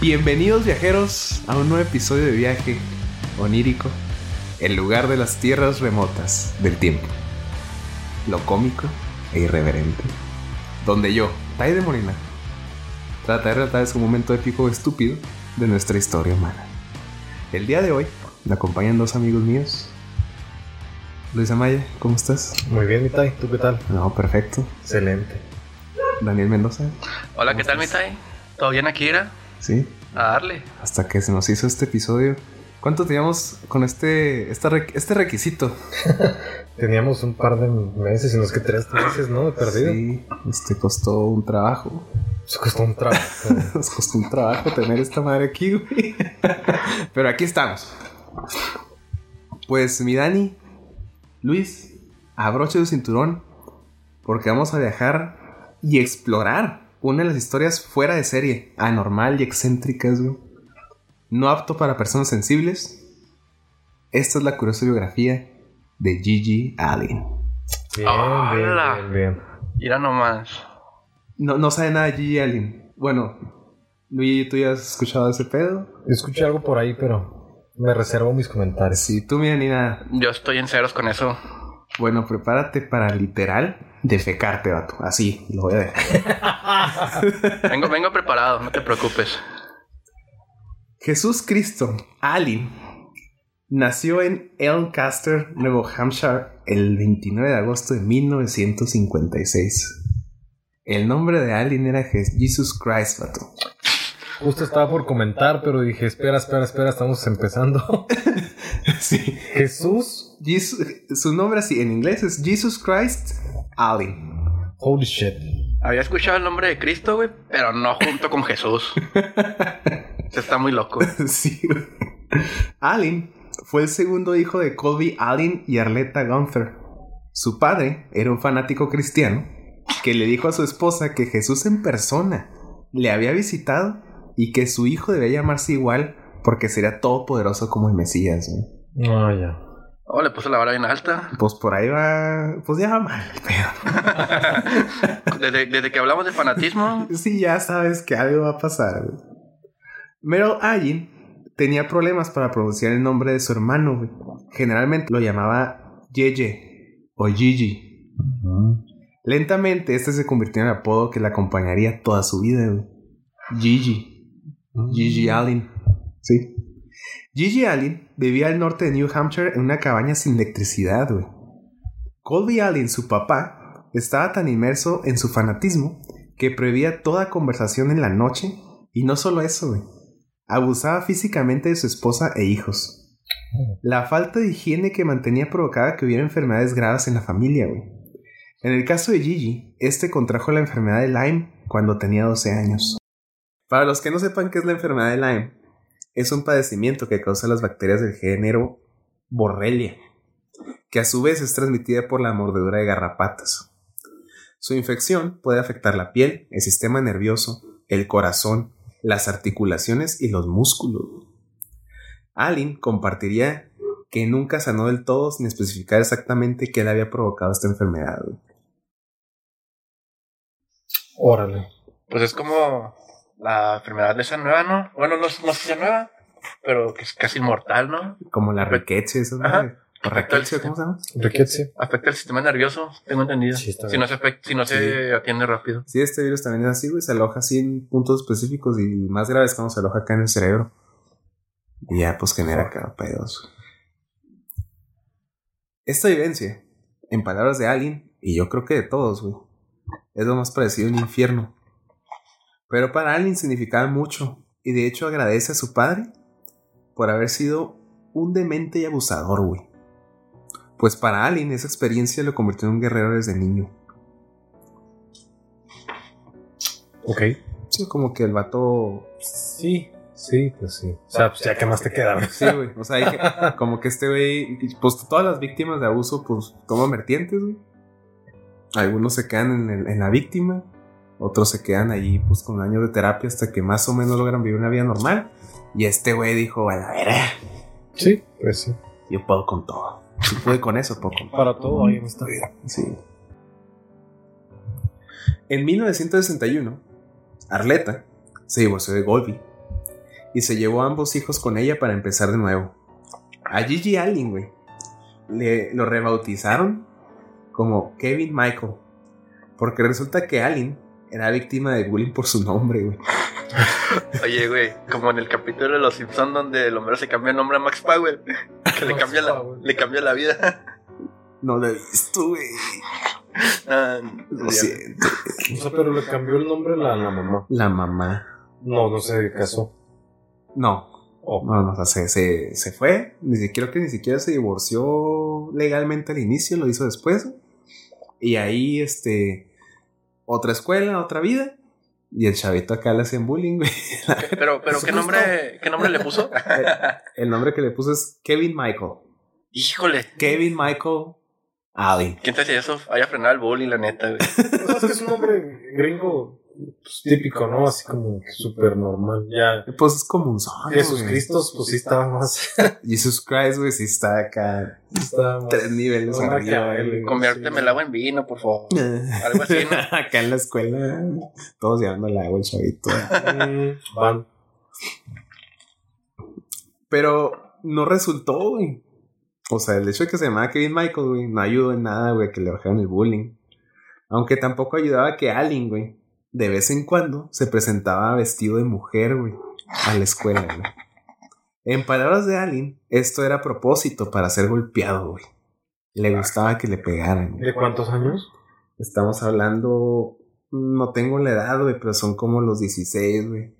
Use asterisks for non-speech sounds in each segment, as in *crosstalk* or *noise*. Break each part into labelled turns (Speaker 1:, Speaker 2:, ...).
Speaker 1: Bienvenidos viajeros a un nuevo episodio de viaje onírico, el lugar de las tierras remotas del tiempo. Lo cómico e irreverente, donde yo, Tai de Molina, trataré de retratar ese momento épico e estúpido de nuestra historia humana. El día de hoy me acompañan dos amigos míos. Luis Amaya, ¿cómo estás?
Speaker 2: Muy bien, Mitai, ¿tú qué tal?
Speaker 1: No, perfecto.
Speaker 2: Excelente.
Speaker 1: Daniel Mendoza,
Speaker 3: Hola, ¿qué tal,
Speaker 1: ¿Cómo estás?
Speaker 3: Mitai? ¿Todo bien, Akira?
Speaker 1: ¿sí?
Speaker 3: A darle.
Speaker 1: hasta que se nos hizo este episodio. ¿Cuánto teníamos con este, esta requ- este requisito?
Speaker 2: Teníamos un par de meses, si no es que tres meses, ¿no? De perdido.
Speaker 1: Sí, este costó un trabajo.
Speaker 2: Se costó un trabajo.
Speaker 1: Nos costó un trabajo tener esta madre aquí, güey. *laughs* Pero aquí estamos. Pues mi Dani, Luis, abroche tu cinturón porque vamos a viajar y explorar una de las historias fuera de serie, anormal y excéntricas, güey. No apto para personas sensibles. Esta es la curiosa biografía de Gigi Allen.
Speaker 2: *laughs* Bien,
Speaker 3: ¡Hala!
Speaker 2: bien, bien, bien.
Speaker 3: Mira nomás.
Speaker 1: No, no sabe nada de Gigi Allen. Bueno, Luis, tú ya has escuchado ese pedo.
Speaker 2: Yo escuché algo por ahí, pero me reservo mis comentarios.
Speaker 1: Si tú, mira, ni nada.
Speaker 3: Yo estoy en ceros con eso.
Speaker 1: Bueno, prepárate para literal defecarte, vato. Así, lo voy a dejar.
Speaker 3: Vengo, vengo preparado, no te preocupes.
Speaker 1: Jesús Cristo, Allen, nació en Elmcaster, Nuevo Hampshire, el 29 de agosto de 1956. El nombre de Allen era Je- Jesus Christ, vato.
Speaker 2: Justo estaba por comentar, pero dije, espera, espera, espera, estamos empezando. *laughs*
Speaker 1: Sí.
Speaker 2: Jesús,
Speaker 1: Jesus- su nombre así en inglés es Jesus Christ Allen.
Speaker 2: holy shit.
Speaker 3: Había escuchado el nombre de Cristo, güey, pero no junto
Speaker 2: *laughs*
Speaker 3: con Jesús. Se está muy loco.
Speaker 1: *laughs* Sí. güey. Allen fue el segundo hijo de Colby Allen y Arletta Gunther. Su padre era un fanático cristiano que le dijo a su esposa que Jesús en persona le había visitado y que su hijo debía llamarse igual porque sería todopoderoso como el Mesías. güey.
Speaker 2: No, Ah, ya.
Speaker 3: Oh, le puso la vara bien alta.
Speaker 1: Pues por ahí va, pues ya va mal el pedo.
Speaker 3: Desde, desde que hablamos de fanatismo,
Speaker 1: Sí, ya sabes que algo va a pasar. güey. Merrill Allen tenía problemas para pronunciar el nombre de su hermano. güey. Generalmente lo llamaba Yeye o Gigi.
Speaker 2: Mm.
Speaker 1: Lentamente este se convirtió en el apodo que le acompañaría toda su vida. güey. Gigi. Gigi Allen. Sí. Gigi Allen vivía al norte de New Hampshire en una cabaña sin electricidad. güey. Colby Allen, su papá, estaba tan inmerso en su fanatismo que prohibía toda conversación en la noche y no solo eso, güey. Abusaba físicamente de su esposa e hijos. La falta de higiene que mantenía provocaba que hubiera enfermedades graves en la familia, güey. En el caso de Gigi, este contrajo la enfermedad de Lyme cuando tenía 12 años. Para los que no sepan qué es la enfermedad de Lyme, es un padecimiento que causa las bacterias del género Borrelia, que a su vez es transmitida por la mordedura de garrapatas. Su infección puede afectar la piel, el sistema nervioso, el corazón, las articulaciones y los músculos. Allen compartiría que nunca sanó del todo sin especificar exactamente qué le había provocado esta enfermedad. güey.
Speaker 2: Órale.
Speaker 3: pues es como la enfermedad de esa nueva, ¿no? Bueno, no, no sé si es nueva, pero que es casi inmortal, ¿no?
Speaker 1: Como la requeche, esa
Speaker 3: Ajá.
Speaker 1: madre. ¿O requeche, ¿cómo se llama?
Speaker 2: Riquetse.
Speaker 3: Afecta el sistema nervioso, tengo entendido.
Speaker 2: Sí, está
Speaker 3: si, no se afect- si no se atiende rápido.
Speaker 1: Sí, este virus también es así, güey. Se aloja así en puntos específicos y más graves cuando se aloja acá en el cerebro. Y ya, pues genera acá pedos. güey. Esta vivencia, en palabras de alguien, y yo creo que de todos, güey, es lo más parecido a un infierno. Pero para alguien significaba mucho, y de hecho agradece a su padre por haber sido un demente y abusador, güey. Pues para Alin esa experiencia lo convirtió en un guerrero desde niño.
Speaker 2: Ok.
Speaker 1: Sí, como que el vato
Speaker 2: Sí, sí, pues sí. O sea, pues ya que más te queda. güey.
Speaker 1: Sí, güey. O sea, hay que- como que este güey, pues todas las víctimas de abuso, pues toman vertientes, güey. Algunos se quedan en, el- en la víctima, otros se quedan allí, pues con años de terapia hasta que más o menos logran vivir una vida normal. Y este güey dijo, a la verga,
Speaker 2: Sí, pues sí.
Speaker 1: yo puedo con todo. Si pude con eso, puedo con
Speaker 2: Para todo hay en esta vida.
Speaker 1: Sí. En 1961, Arleta se divorció de Golby, y se llevó a ambos hijos con ella para empezar de nuevo. A Gigi Allen, güey. Le, lo rebautizaron como Kevin Michael. Porque resulta que Allen era víctima de bullying por su nombre, güey.
Speaker 3: Oye, güey, como en el capítulo de Los Simpsons donde el hombre se cambió el nombre a Max Powell, *laughs* que le
Speaker 2: Max
Speaker 3: cambió la,
Speaker 2: Powell.
Speaker 3: le cambió la vida. *laughs*
Speaker 1: No lo he visto, güey.
Speaker 3: Ah,
Speaker 1: Lo
Speaker 3: sí.
Speaker 1: siento.
Speaker 2: O sea, pero le cambió el nombre la, la mamá.
Speaker 1: La mamá.
Speaker 2: No, no se casó.
Speaker 1: No,
Speaker 2: Oh.
Speaker 1: no, no, o sea, se, se, se fue. Ni siquiera creo que ni siquiera se divorció legalmente al inicio, lo hizo después. Y ahí, este, otra escuela, otra vida. Y el chavito acá le hacen bullying, güey.
Speaker 3: Pero, pero ¿qué
Speaker 1: Jesucristo.
Speaker 3: nombre, ¿qué nombre le puso?
Speaker 1: El nombre que le puso es Kevin Michael.
Speaker 3: Híjole,
Speaker 1: Kevin Michael Allen.
Speaker 3: ¿quién te hacía eso? Haya frenado el bullying, la neta, güey.
Speaker 2: O sea, es que es un nombre gringo pues, típico, ¿no? Así como que súper normal. Ya.
Speaker 1: Pues es como un son.
Speaker 2: Jesús
Speaker 1: güey.
Speaker 2: Cristos, pues sí estaba más. *laughs*
Speaker 1: Jesus Christ, güey, sí está acá.
Speaker 2: estaba más-
Speaker 1: Tres niveles
Speaker 2: No,
Speaker 1: arriba,
Speaker 2: acá,
Speaker 1: güey.
Speaker 3: Conviérteme el agua en vino, por favor. Algo así, ¿no?
Speaker 1: *laughs* acá en la escuela, todos llevando el agua, el chavito.
Speaker 2: Mm, Van.
Speaker 1: Pero no resultó, güey. O sea, el hecho de que se llamaba Kevin Michael, güey, no ayudó en nada, güey, que le bajaron el bullying. Aunque tampoco ayudaba que Allen, güey, de vez en cuando se presentaba vestido de mujer, güey, a la escuela, güey. En palabras de Allen, esto era a propósito para ser golpeado, güey. Le gustaba que le pegaran. güey.
Speaker 2: ¿De cuántos años?
Speaker 1: Estamos hablando, no tengo la edad, güey, pero son como los 16, güey.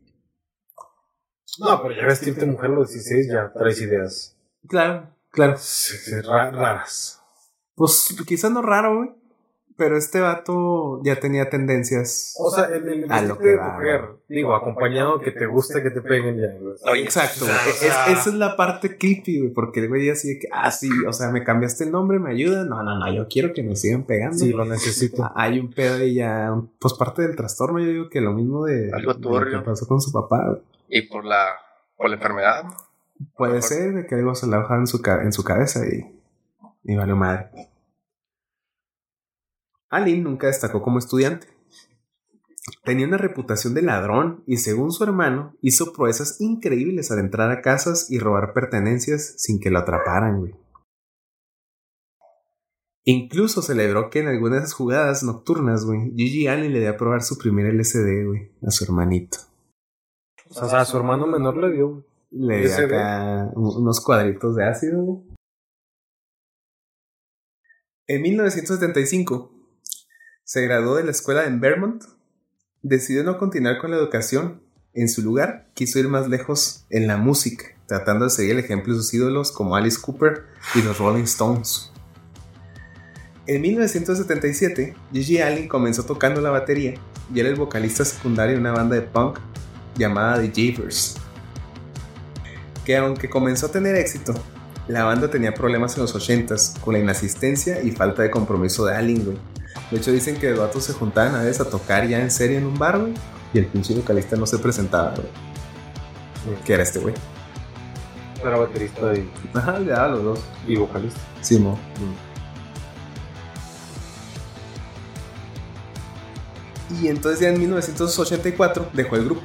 Speaker 2: No, pero ya vestirte mujer a los 16 ya traes ideas
Speaker 1: Claro, claro.
Speaker 2: sí, sí, ra- raras.
Speaker 1: Pues quizás no raro, güey. Pero este vato ya tenía tendencias.
Speaker 2: O sea, el, el
Speaker 1: A lo
Speaker 2: vestirte
Speaker 1: que
Speaker 2: de
Speaker 1: va.
Speaker 2: mujer, digo, acompañado que te gusta que te peguen ya. güey.
Speaker 3: Oye,
Speaker 1: Exacto, güey.
Speaker 2: o
Speaker 1: Es-
Speaker 2: sea-
Speaker 1: esa es la parte creepy, güey. Porque el güey así de que, ah, sí, o sea, me cambiaste el nombre, me ayuda. No, no, no, yo quiero que me sigan pegando.
Speaker 2: Sí, lo necesito.
Speaker 1: Ah, *laughs* Hay un pedo y ya, pues parte del trastorno, yo digo que lo mismo de,
Speaker 3: Algo
Speaker 1: de lo que
Speaker 3: turbio.
Speaker 1: pasó con su papá. güey.
Speaker 3: Y por la, por la enfermedad.
Speaker 1: Puede
Speaker 3: Mejor.
Speaker 1: ser de que algo se le bajaba en su, ca- en su cabeza y, y valió madre. Alin nunca destacó como estudiante. Tenía una reputación de ladrón y según su hermano hizo proezas increíbles al entrar a casas y robar pertenencias sin que lo atraparan, güey. Incluso celebró que en algunas de esas jugadas nocturnas, güey, Gigi Allen le dio a probar su primer LSD, güey, a su hermanito.
Speaker 2: O sea, a su hermano menor le dio. güey.
Speaker 1: Le di
Speaker 2: ¿LSD?
Speaker 1: acá un- unos cuadritos de ácido. güey. En 1975 se graduó de la escuela en Vermont. Decidió no continuar con la educación. En su lugar, quiso ir más lejos en la música, tratando de seguir el ejemplo de sus ídolos como Alice Cooper y los Rolling Stones. En 1977, Gigi Allen comenzó tocando la batería y era el vocalista secundario de una banda de punk llamada The Javers que aunque comenzó a tener éxito, la banda tenía problemas en los 80s con la inasistencia y falta de compromiso de Allen, güey. De hecho, dicen que los vatos se juntaban a veces a tocar ya en serio en un bar, güey, y el pinche vocalista no se presentaba, güey. Que era este güey.
Speaker 2: Era baterista y,
Speaker 1: Ajá, le daba a los dos.
Speaker 2: y vocalista.
Speaker 1: Sí, mo. Y entonces ya en 1984 dejó el grupo.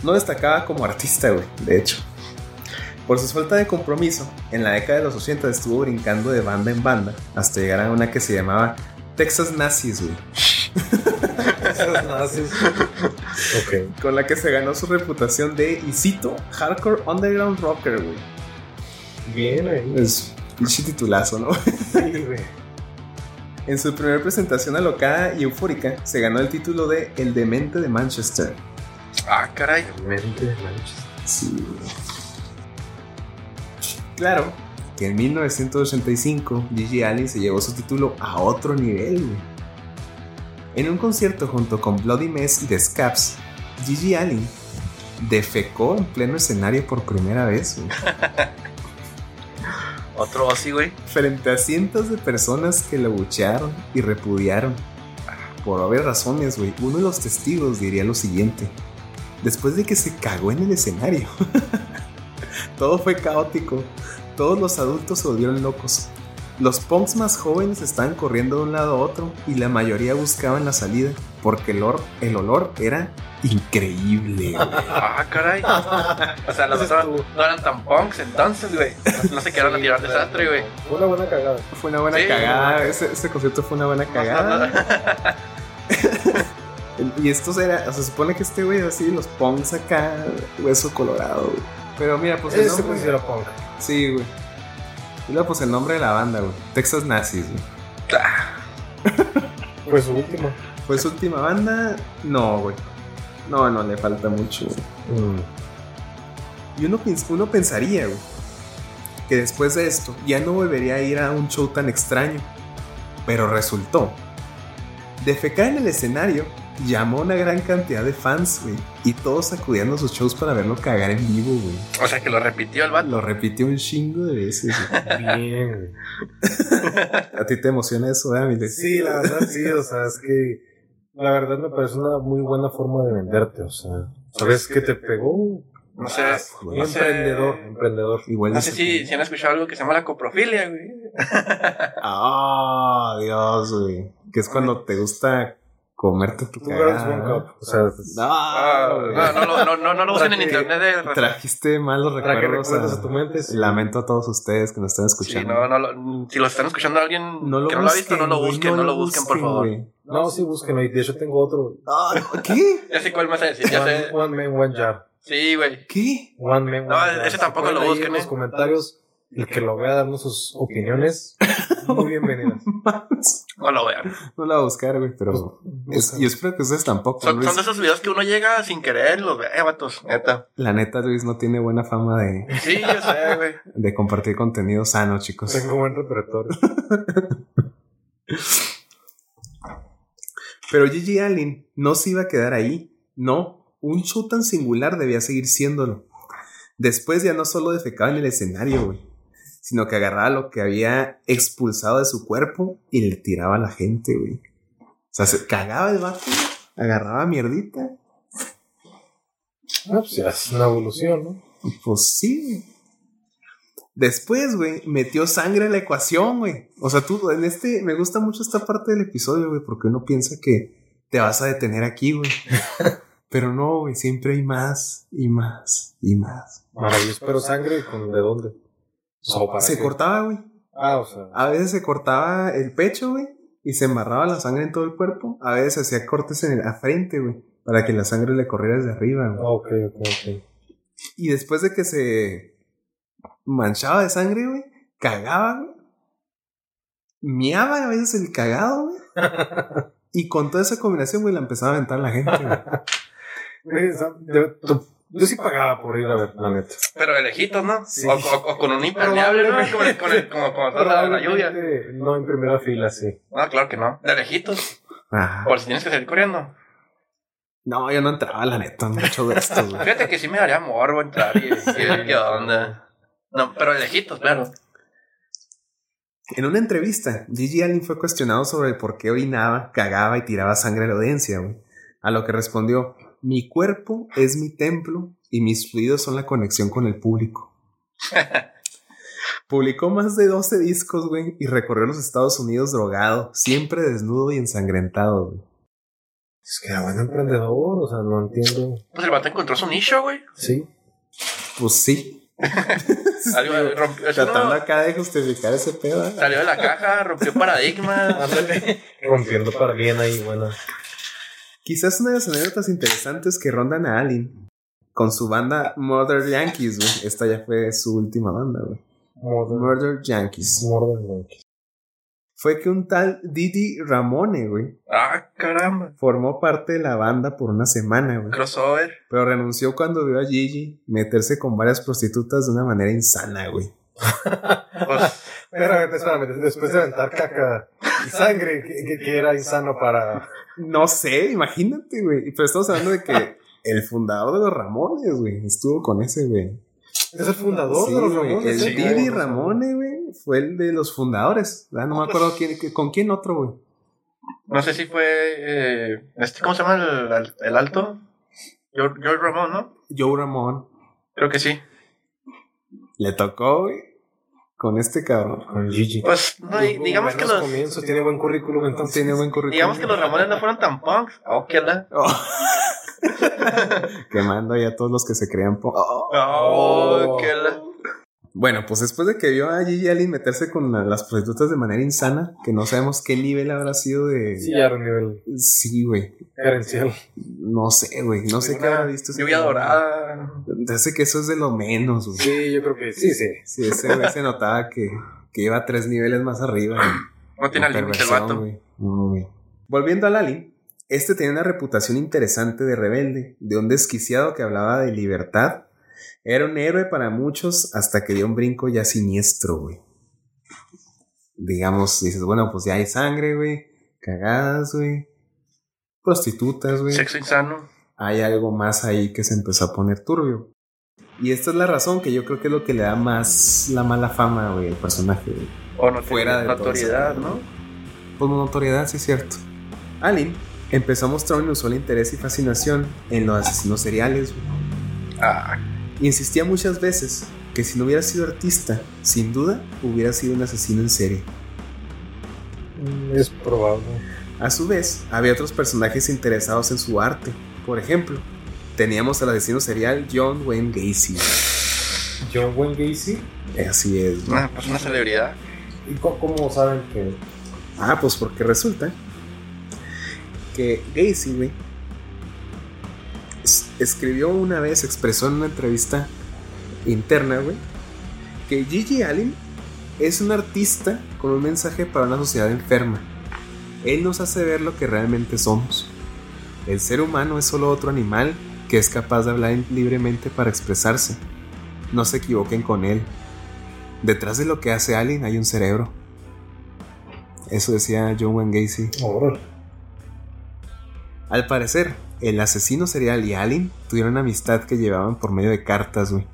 Speaker 1: No destacaba como artista, güey, de hecho. Por su falta de compromiso, en la década de los 80 estuvo brincando de banda en banda hasta llegar a una que se llamaba Texas Nazis, güey,
Speaker 2: Esas nazis. ok.
Speaker 1: con la que se ganó su reputación de, y cito, Hardcore Underground Rocker, güey.
Speaker 2: Bien ahí.
Speaker 1: Es un pinche titulazo, ¿no?
Speaker 2: Sí, güey.
Speaker 1: En su primera presentación alocada y eufórica, se ganó el título de El Demente de Manchester.
Speaker 3: Ah, caray.
Speaker 2: Demente de Manchester.
Speaker 1: Sí. Claro que en 1985 Gigi Allen se llevó su título a otro nivel. güey. En un concierto junto con Bloody Mess y The Scaps, Gigi Allen defecó en pleno escenario por primera vez güey,
Speaker 3: Otro así, güey.
Speaker 1: frente a cientos de personas que lo buchearon y repudiaron. Por obvias razones, güey, uno de los testigos diría lo siguiente. Después de que se cagó en el escenario, *laughs* todo fue caótico. Todos los adultos se volvieron locos. Los punks más jóvenes estaban corriendo de un lado a otro y la mayoría buscaban la salida porque el, or- el olor era increíble. güey.
Speaker 3: Ah, caray. O sea, las
Speaker 2: Ese
Speaker 3: otras
Speaker 2: estuvo.
Speaker 3: no eran tan punks entonces, güey. No se quedaron a tirar desastre, güey.
Speaker 2: Fue una buena cagada.
Speaker 1: Fue una buena
Speaker 3: Sí,
Speaker 1: cagada,
Speaker 3: güey.
Speaker 1: ese, ese concierto fue una buena cagada. Y esto era, o sea, se supone que este güey así, los punks acá, hueso colorado. güey. Pero mira, pues el
Speaker 2: Ese
Speaker 1: nombre-
Speaker 2: güey sí era punk.
Speaker 1: Sí, güey. Y luego, pues el nombre de la banda, güey. Texas Nazis, güey.
Speaker 2: Fue su último.
Speaker 1: ¿Fue Pues, su última banda? No, güey. No, no, le falta mucho, güey.
Speaker 2: Mm,
Speaker 1: Y uno, pens- uno pensaría, güey, que después de esto ya no volvería a ir a un show tan extraño. Pero resultó. Defecar en el escenario llamó a una gran cantidad de fans, güey. Y todos acudían a sus shows para verlo cagar en vivo, güey.
Speaker 3: O sea, que lo repitió el vato.
Speaker 1: Lo repitió un chingo de veces. güey.
Speaker 2: Bien, güey.
Speaker 1: A ti te emociona eso, ¿verdad, Mile?
Speaker 2: Sí, la verdad sí, o sea, es que la verdad me parece una muy buena forma de venderte, o sea, sabes que te pegó
Speaker 3: No sé. Ah,
Speaker 2: Ah,
Speaker 1: güey.
Speaker 2: un emprendedor, emprendedor.
Speaker 1: pues, Igual
Speaker 3: No
Speaker 1: es-
Speaker 3: sé si, si han escuchado algo que se llama la coprofilia, güey.
Speaker 1: Ah, Dios, güey. Que es cuando te gusta comerte tu
Speaker 2: Tú grabas
Speaker 1: cagada,
Speaker 2: un
Speaker 1: ¿verdad?
Speaker 2: cup, Ah, o sea,
Speaker 1: No,
Speaker 3: Ah, eh,
Speaker 1: güey.
Speaker 3: no, no, lo- no, no, no lo usen en
Speaker 2: Traje-
Speaker 3: internet
Speaker 1: *laughs*
Speaker 3: de
Speaker 1: Trajiste malos
Speaker 2: para que
Speaker 1: recuerdos.
Speaker 2: recuerdes
Speaker 1: a-
Speaker 2: a tu mente. sí.
Speaker 1: Lamento a todos ustedes que nos están
Speaker 3: Sí,
Speaker 1: escuchando.
Speaker 3: no, no, lo- si lo están escuchando a alguien que no lo ha visto, no lo
Speaker 1: güey,
Speaker 3: busquen, no lo busquen, por favor.
Speaker 1: güey.
Speaker 2: No, sí, búsquenlo, y de hecho tengo otro,
Speaker 1: *laughs* Ah, ¿Qué?
Speaker 3: Ya sé cuál más es, ya
Speaker 2: one,
Speaker 3: sé.
Speaker 2: one man, one jar,
Speaker 3: Sí, güey.
Speaker 1: ¿Qué?
Speaker 2: one man, one
Speaker 3: No,
Speaker 2: jar.
Speaker 3: ese tampoco
Speaker 2: Si
Speaker 3: lo
Speaker 2: pueden ahí
Speaker 3: busquen,
Speaker 2: en los
Speaker 3: eh.
Speaker 2: comentarios, el que lo vea darnos sus opiniones,
Speaker 1: *laughs*
Speaker 2: muy bienvenidas.
Speaker 3: No lo vean.
Speaker 1: No la voy a buscar, güey, pero.
Speaker 2: Pues,
Speaker 1: es- yo espero que ustedes tampoco.
Speaker 3: Son,
Speaker 1: Luis.
Speaker 3: son de esos videos que uno llega sin querer y los ve, vatos, neta.
Speaker 1: La neta, Luis no tiene buena fama de,
Speaker 3: Sí, yo sé, güey.
Speaker 1: de compartir contenido sano, chicos.
Speaker 2: pues, Tengo
Speaker 1: *laughs*
Speaker 2: buen repertorio.
Speaker 1: Pero Gigi Allen no se iba a quedar ahí. No, un show tan singular debía seguir siéndolo. Después ya no solo defecaba en el escenario, güey, sino que agarraba lo que había expulsado de su cuerpo y le tiraba a la gente, güey. O sea, se cagaba el vato, güey, agarraba mierdita.
Speaker 2: Ah, pues ya es una evolución, ¿no?
Speaker 1: Pues sí, güey. Después, güey, metió sangre a la ecuación, güey. O sea, tú, en este, me gusta mucho esta parte del episodio, güey, porque uno piensa que te vas a detener aquí,
Speaker 2: *laughs*
Speaker 1: güey. Pero no, güey, siempre hay más y más y más.
Speaker 2: Maravilloso, pero sangre con de dónde? O sea, ¿para
Speaker 1: Se
Speaker 2: qué?
Speaker 1: cortaba, güey.
Speaker 2: Ah, o sea.
Speaker 1: A veces se cortaba el pecho, güey, y se embarraba la sangre en todo el cuerpo. A veces hacía cortes en la frente, güey, para que la sangre le corriera desde arriba, güey.
Speaker 2: Ah, ok, ok, ok.
Speaker 1: Y después de que se manchaba de sangre, güey, cagaba, güey. Miaba a veces el cagado, güey. Y con toda esa combinación, güey, la empezaba a aventar la gente, güey.
Speaker 2: Güey, o sea, de- tú- yo sí pagaba por ir a ver, la neta.
Speaker 3: Pero de lejitos, ¿no?
Speaker 2: Sí.
Speaker 3: O, o- o con un impermeable, ¿no?
Speaker 2: Probablemente.
Speaker 3: Como, con el- como, como toda la, la lluvia.
Speaker 2: Probablemente No en primera fila, sí.
Speaker 3: No, claro que no. De lejitos.
Speaker 1: Ah,
Speaker 3: Por si tienes que salir corriendo.
Speaker 1: no, yo no entraba, la neta, en mucho de esto, güey.
Speaker 3: Fíjate que sí me daría morbo entrar y, y ver qué onda. No, pero de lejitos, claro.
Speaker 1: En una entrevista, Gigi Allen fue cuestionado sobre el por qué orinaba, cagaba y tiraba sangre a la audiencia, güey. A lo que respondió, mi cuerpo es mi templo y mis fluidos son la conexión con el público. Publicó más de 12 discos, güey, y recorrió los Estados Unidos drogado, siempre desnudo y ensangrentado, güey.
Speaker 2: Es que era buen emprendedor, o sea, no entiendo.
Speaker 3: Pues el vato encontró su nicho, güey.
Speaker 2: Sí.
Speaker 1: Pues sí.
Speaker 3: Algo rompió. eso no-
Speaker 1: Tratando acá de justificar ese pedo. ¿eh?
Speaker 3: Salió de la caja, rompió paradigmas.
Speaker 2: Ándale. Rompiendo para bien ahí, buena.
Speaker 1: Quizás una de las anécdotas interesantes que rondan a Allen con su banda Mother Yankees, güey. Esta ya fue su última banda, güey.
Speaker 2: Modern.
Speaker 1: Murder Yankees.
Speaker 2: Modern Monkey.
Speaker 1: Fue que un tal Didi Ramone, güey,
Speaker 3: Ah, caramba.
Speaker 1: formó parte de la banda por una semana, güey.
Speaker 3: Crossover.
Speaker 1: Pero renunció cuando vio a Gigi meterse con varias prostitutas de una manera insana, güey.
Speaker 3: Pues,
Speaker 2: Espérame, espérame. Después de aventar caca y sangre, que, que- que era insano para.
Speaker 1: No sé, imagínate, güey. Pero estamos hablando de que
Speaker 2: *laughs*
Speaker 1: el fundador de los Ramones, güey, estuvo con ese, güey.
Speaker 2: Es el fundador
Speaker 1: Sí,
Speaker 2: de los
Speaker 1: güey,
Speaker 2: Ramones.
Speaker 1: El
Speaker 2: ¿eh?
Speaker 1: Didi
Speaker 2: Sí.
Speaker 1: Ramone, güey, fue el de los fundadores. Ah, No me acuerdo quién, que- con quién otro, güey.
Speaker 3: no sé si fue. eh, este, ¿Cómo se llama el, el- el alto? George George Ramón, ¿no?
Speaker 1: Joe Ramón.
Speaker 3: Creo que sí.
Speaker 1: Le tocó, güey. con este cabrón.
Speaker 2: Con Gigi.
Speaker 3: Pues no, di-
Speaker 2: Tuvo
Speaker 3: digamos que
Speaker 2: buenos
Speaker 3: los.
Speaker 2: comienzos, tiene buen currículum entonces.
Speaker 1: Tiene buen currículum.
Speaker 3: Digamos que los Ramones no fueron tan punks. Oh, qué la.
Speaker 1: Oh. *laughs* Quemando ahí a todos los que se crean. po- Oh.
Speaker 3: Oh, qué la.
Speaker 1: Bueno, pues después de que vio a Gigi Allen meterse con la- las prostitutas de manera insana, que no sabemos qué nivel habrá sido de.
Speaker 2: Sí, ya era un nivel
Speaker 1: Sí, güey.
Speaker 2: gerencial.
Speaker 1: No sé, güey. No sé qué
Speaker 3: Una
Speaker 1: habrá visto. ese
Speaker 3: Lluvia
Speaker 1: cabrón.
Speaker 3: dorada.
Speaker 1: Parece que eso es de lo menos, güey.
Speaker 2: Sí, yo creo que sí, sí.
Speaker 1: Sí, ese güey se notaba que, que iba tres niveles más arriba. güey.
Speaker 3: No tiene límite el
Speaker 1: Perversión,
Speaker 3: vato.
Speaker 1: güey. No, güey. Volviendo a Lali, este tenía una reputación interesante de rebelde, de un desquiciado que hablaba de libertad. Era un héroe para muchos hasta que dio un brinco ya siniestro, güey. Digamos, dices, bueno, pues ya hay sangre, güey. Cagadas, güey. Prostitutas, güey
Speaker 3: Sexo insano.
Speaker 1: hay algo más ahí que se empezó a poner turbio. Y esta es la razón que yo creo que es lo que le da más la mala fama, güey, al personaje. güey.
Speaker 3: O
Speaker 1: Fuera
Speaker 3: no Fuera
Speaker 1: de
Speaker 3: la
Speaker 1: todo
Speaker 3: autoridad,
Speaker 1: eso.
Speaker 3: ¿no?
Speaker 1: Pues notoriedad, sí es cierto. Alin empezó a mostrar un inusual interés y fascinación en los asesinos seriales, güey.
Speaker 3: Ah,
Speaker 1: Y insistía muchas veces que si no hubiera sido artista, sin duda, hubiera sido un asesino en serie.
Speaker 2: Mm, Es probable.
Speaker 1: A su vez, había otros personajes interesados en su arte. Por ejemplo, teníamos al asesino serial John Wayne Gacy.
Speaker 2: John Wayne Gacy.
Speaker 1: Así es, güey.
Speaker 3: una, pues una celebridad.
Speaker 2: ¿Y co- cómo saben que
Speaker 1: Ah, pues porque resulta que Gacy, güey, es- escribió una vez, expresó en una entrevista interna, güey, que Gigi Allen es un artista con un mensaje para una sociedad enferma. Él nos hace ver lo que realmente somos. El ser humano es solo otro animal que es capaz de hablar libremente para expresarse. No se equivoquen con él. Detrás de lo que hace Allen hay un cerebro. Eso decía John Wayne Gacy.
Speaker 2: Órale.
Speaker 1: Al parecer, el asesino serial y Allen tuvieron una amistad que llevaban por medio de cartas, güey. E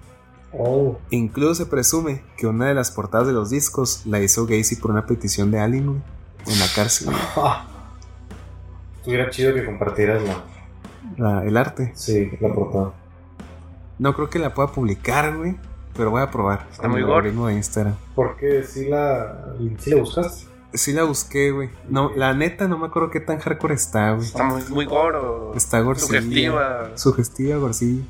Speaker 2: Oh,
Speaker 1: Incluso se presume que una de las portadas de los discos la hizo Gacy por una petición de Allen, güey, en la cárcel, güey.
Speaker 2: ja. Estuviera chido que compartieras la,
Speaker 1: La- el arte.
Speaker 2: sí, la portada.
Speaker 1: No creo que la pueda publicar, güey, pero voy a probar.
Speaker 3: Está
Speaker 1: con
Speaker 3: muy
Speaker 1: el
Speaker 3: gore.
Speaker 1: algoritmo de Instagram.
Speaker 2: Porque si la, si la buscaste.
Speaker 1: Sí la busqué, güey. No, la neta no me acuerdo qué tan hardcore está, güey.
Speaker 3: Está muy, muy goro.
Speaker 1: Está gorcilla.
Speaker 3: Sugestiva.
Speaker 1: Sugestiva, gorcilla.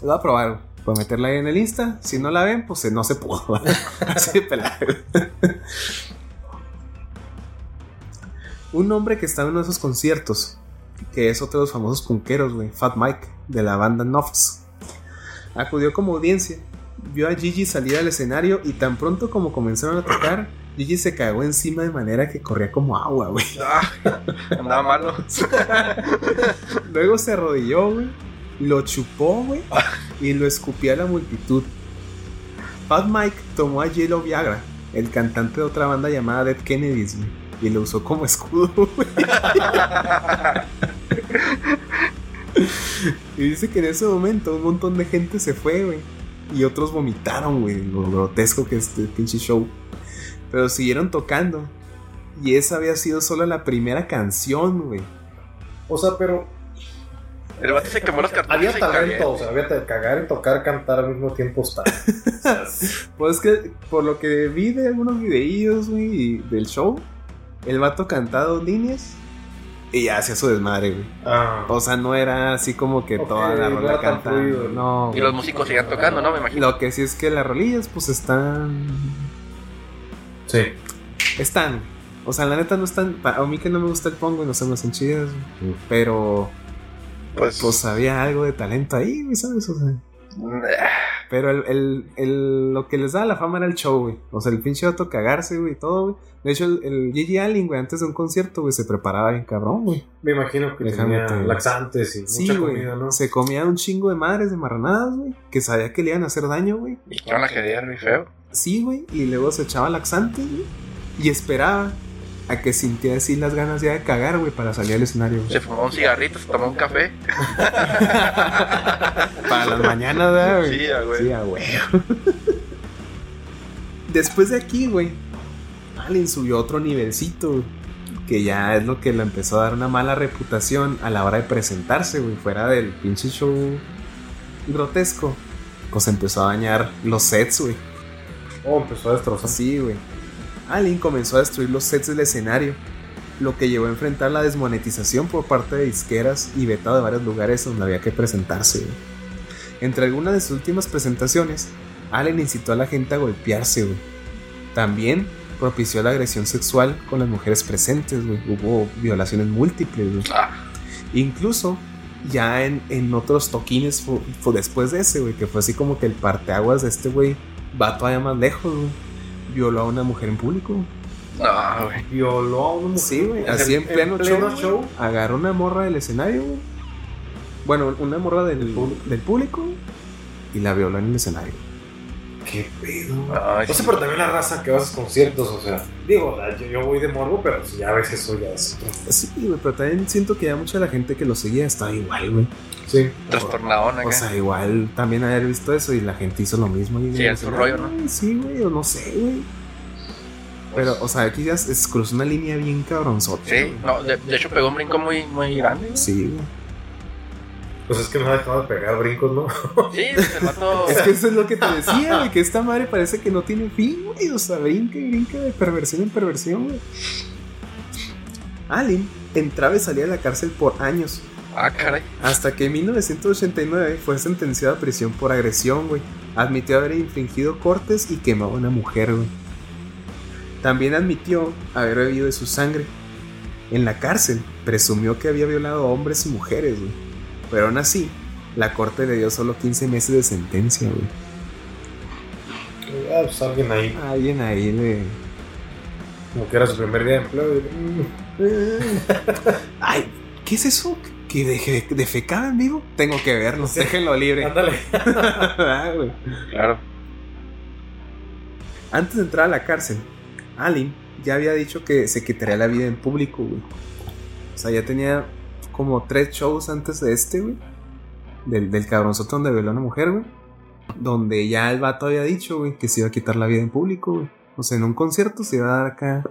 Speaker 1: Lo voy a probar, güey, Para meterla ahí en el Insta. Si no la ven, pues eh, no se pudo. *laughs* Así de pelada, güey. Un hombre que estaba en uno de esos conciertos, que es otro de los famosos punqueros, güey, Fat Mike, de la banda Knopfs, acudió como audiencia. Vio a Gigi salir al escenario y tan pronto como comenzaron a tocar, Gigi se cagó encima de manera que corría como agua, güey.
Speaker 3: Ah, andaba malo.
Speaker 1: Luego se arrodilló, güey. Lo chupó, güey. Y lo escupió a la multitud. Fat Mike tomó a Yellow Viagra, el cantante de otra banda llamada Dead Kennedys, güey. Y lo usó como escudo, *laughs* güey. Y dice que en ese momento un montón de gente se fue, güey. Y otros vomitaron, güey. Lo grotesco que es este pinche show. Pero siguieron tocando. Y esa había sido solo la primera canción, güey.
Speaker 2: O sea, pero
Speaker 3: El vato se quemó los cartuchos.
Speaker 2: había
Speaker 3: y cabía.
Speaker 2: talento, o sea, había ta- cagar y tocar, cantar al mismo tiempo está.
Speaker 1: Pues que por lo que vi de algunos videillos, güey, y del show, el vato cantaba dos líneas y ya hacía su desmadre, güey.
Speaker 2: Ah,
Speaker 1: O sea, no era así como que
Speaker 2: Ok,
Speaker 1: toda la
Speaker 2: no
Speaker 1: rola
Speaker 2: era tan
Speaker 1: cantando.
Speaker 2: fluido,
Speaker 1: No.
Speaker 2: ¿no?
Speaker 3: Y
Speaker 1: güey.
Speaker 3: los músicos seguían tocando, ¿no? Me imagino.
Speaker 1: Lo que sí es que las rolillas, pues están.
Speaker 2: sí.
Speaker 1: Están. güey. O sea, la neta no están. pa- A mí que no me gusta el pongo y no se me hacen chidas,
Speaker 3: Mm.
Speaker 1: güey. Pero.
Speaker 3: Pues. mm,
Speaker 1: Pues había algo de talento ahí, güey, ¿sabes? O sea.
Speaker 3: eh,
Speaker 1: Pero el, el- el- lo que les daba la fama era el show, güey. O sea, el pinche vato cagarse, güey, y todo, güey. De hecho, el, el Gigi Allen, güey, antes de un concierto, güey, se preparaba bien cabrón, güey.
Speaker 2: Me imagino que
Speaker 1: Déjame
Speaker 2: tenía
Speaker 1: te-
Speaker 2: laxantes y
Speaker 1: Sí,
Speaker 2: mucha
Speaker 1: güey.
Speaker 2: comida, ¿no?
Speaker 1: Se comía un chingo de madres de marranadas, güey. Que sabía que le iban a hacer daño, güey.
Speaker 3: Y que van a querer, muy feo.
Speaker 1: Sí, güey. Y luego se echaba laxante, güey. Y esperaba a que sintiera así las ganas ya de cagar, güey, para salir al escenario, güey.
Speaker 3: Se fumó un cigarrito, se tomó un café.
Speaker 1: Para las mañanas, ¿verdad, güey.
Speaker 3: Sí, ah, güey.
Speaker 1: Sí, ah, güey. *laughs* Después de aquí, güey, Allen subió otro nivelcito, güey, que ya es lo que le empezó a dar una mala reputación a la hora de presentarse, güey, fuera del pinche show grotesco. Pues empezó a dañar los sets, güey.
Speaker 2: Oh, empezó a destrozar.
Speaker 1: Sí, güey. Alien comenzó a destruir los sets del escenario, lo que llevó a enfrentar la desmonetización por parte de disqueras y vetado de varios lugares donde había que presentarse. güey. Entre algunas de sus últimas presentaciones, Allen incitó a la gente a golpearse, güey. También propició la agresión sexual con las mujeres presentes, güey. Hubo violaciones múltiples, güey.
Speaker 3: Ah,
Speaker 1: Incluso ya en, en otros toquines fue, fue después de ese, güey, que fue así como que el parteaguas de este güey va todavía más lejos, güey. Violó a una mujer en público. güey.
Speaker 3: no, güey.
Speaker 2: Violó a una mujer.
Speaker 1: Sí, güey.
Speaker 2: En
Speaker 1: Así
Speaker 2: el-
Speaker 1: en pleno,
Speaker 2: en pleno
Speaker 1: show,
Speaker 2: show.
Speaker 1: güey. Agarró una morra del escenario, güey. Bueno, una morra del, del público güey, y la violó en el escenario.
Speaker 2: Qué pedo.
Speaker 3: Ay,
Speaker 2: No sé, pero también la raza que vas a sus conciertos, o sea. Digo, la- yo, yo voy de morbo, pero pues ya ves eso, ya es.
Speaker 1: Sí, güey, pero también siento que ya mucha de la gente que lo seguía estaba igual, güey.
Speaker 2: Sí.
Speaker 3: Trastornadón ¿eh? acá.
Speaker 1: O sea, igual también haber visto eso y la gente hizo lo mismo. Y
Speaker 3: Sí,
Speaker 1: y
Speaker 3: es su
Speaker 1: dicen,
Speaker 3: rollo,
Speaker 1: "Ah,
Speaker 3: ¿no?"
Speaker 1: güey, Sí, güey, o no sé, güey. Pero, o sea, aquí ya se se cruzó una línea bien cabronzota.
Speaker 3: Sí,
Speaker 1: güey.
Speaker 3: no, de, de hecho pegó un brinco muy, muy grande. güey.
Speaker 1: Sí, güey.
Speaker 2: Pues es que no ha dejado de pegar brincos, ¿no? *laughs*
Speaker 3: Sí, el vato.
Speaker 1: Es que eso es lo que te decía, güey, que esta madre parece que no tiene fin, güey. O sea, brinca y brinca de perversión en perversión, güey. Allen entraba y salía de la cárcel por años,
Speaker 3: Ah, caray.
Speaker 1: hasta que en 1989 fue sentenciado a prisión por agresión, güey. Admitió haber infringido cortes y quemado a una mujer, güey. También admitió haber bebido de su sangre. En la cárcel presumió que había violado a hombres y mujeres, güey. Pero aún así, la corte le dio solo 15 meses de sentencia, güey.
Speaker 2: Ah, pues alguien ahí.
Speaker 1: Alguien ahí le.
Speaker 2: Como que era su primer día de empleo. y, mm,
Speaker 1: Ay, ¿qué es eso? ¿Que deje defecaba en vivo? Tengo que verlo, déjenlo libre.
Speaker 2: Ándale.
Speaker 1: *laughs* Ah, güey.
Speaker 3: Claro.
Speaker 1: Antes de entrar a la cárcel, Allen ya había dicho que se quitaría la vida en público, güey. O sea, ya tenía como tres shows antes de este, güey. Del, del cabronzote donde violó a una mujer, güey. Donde ya el vato había dicho, güey, que se iba a quitar la vida en público, güey. O sea, en un concierto se iba a dar acá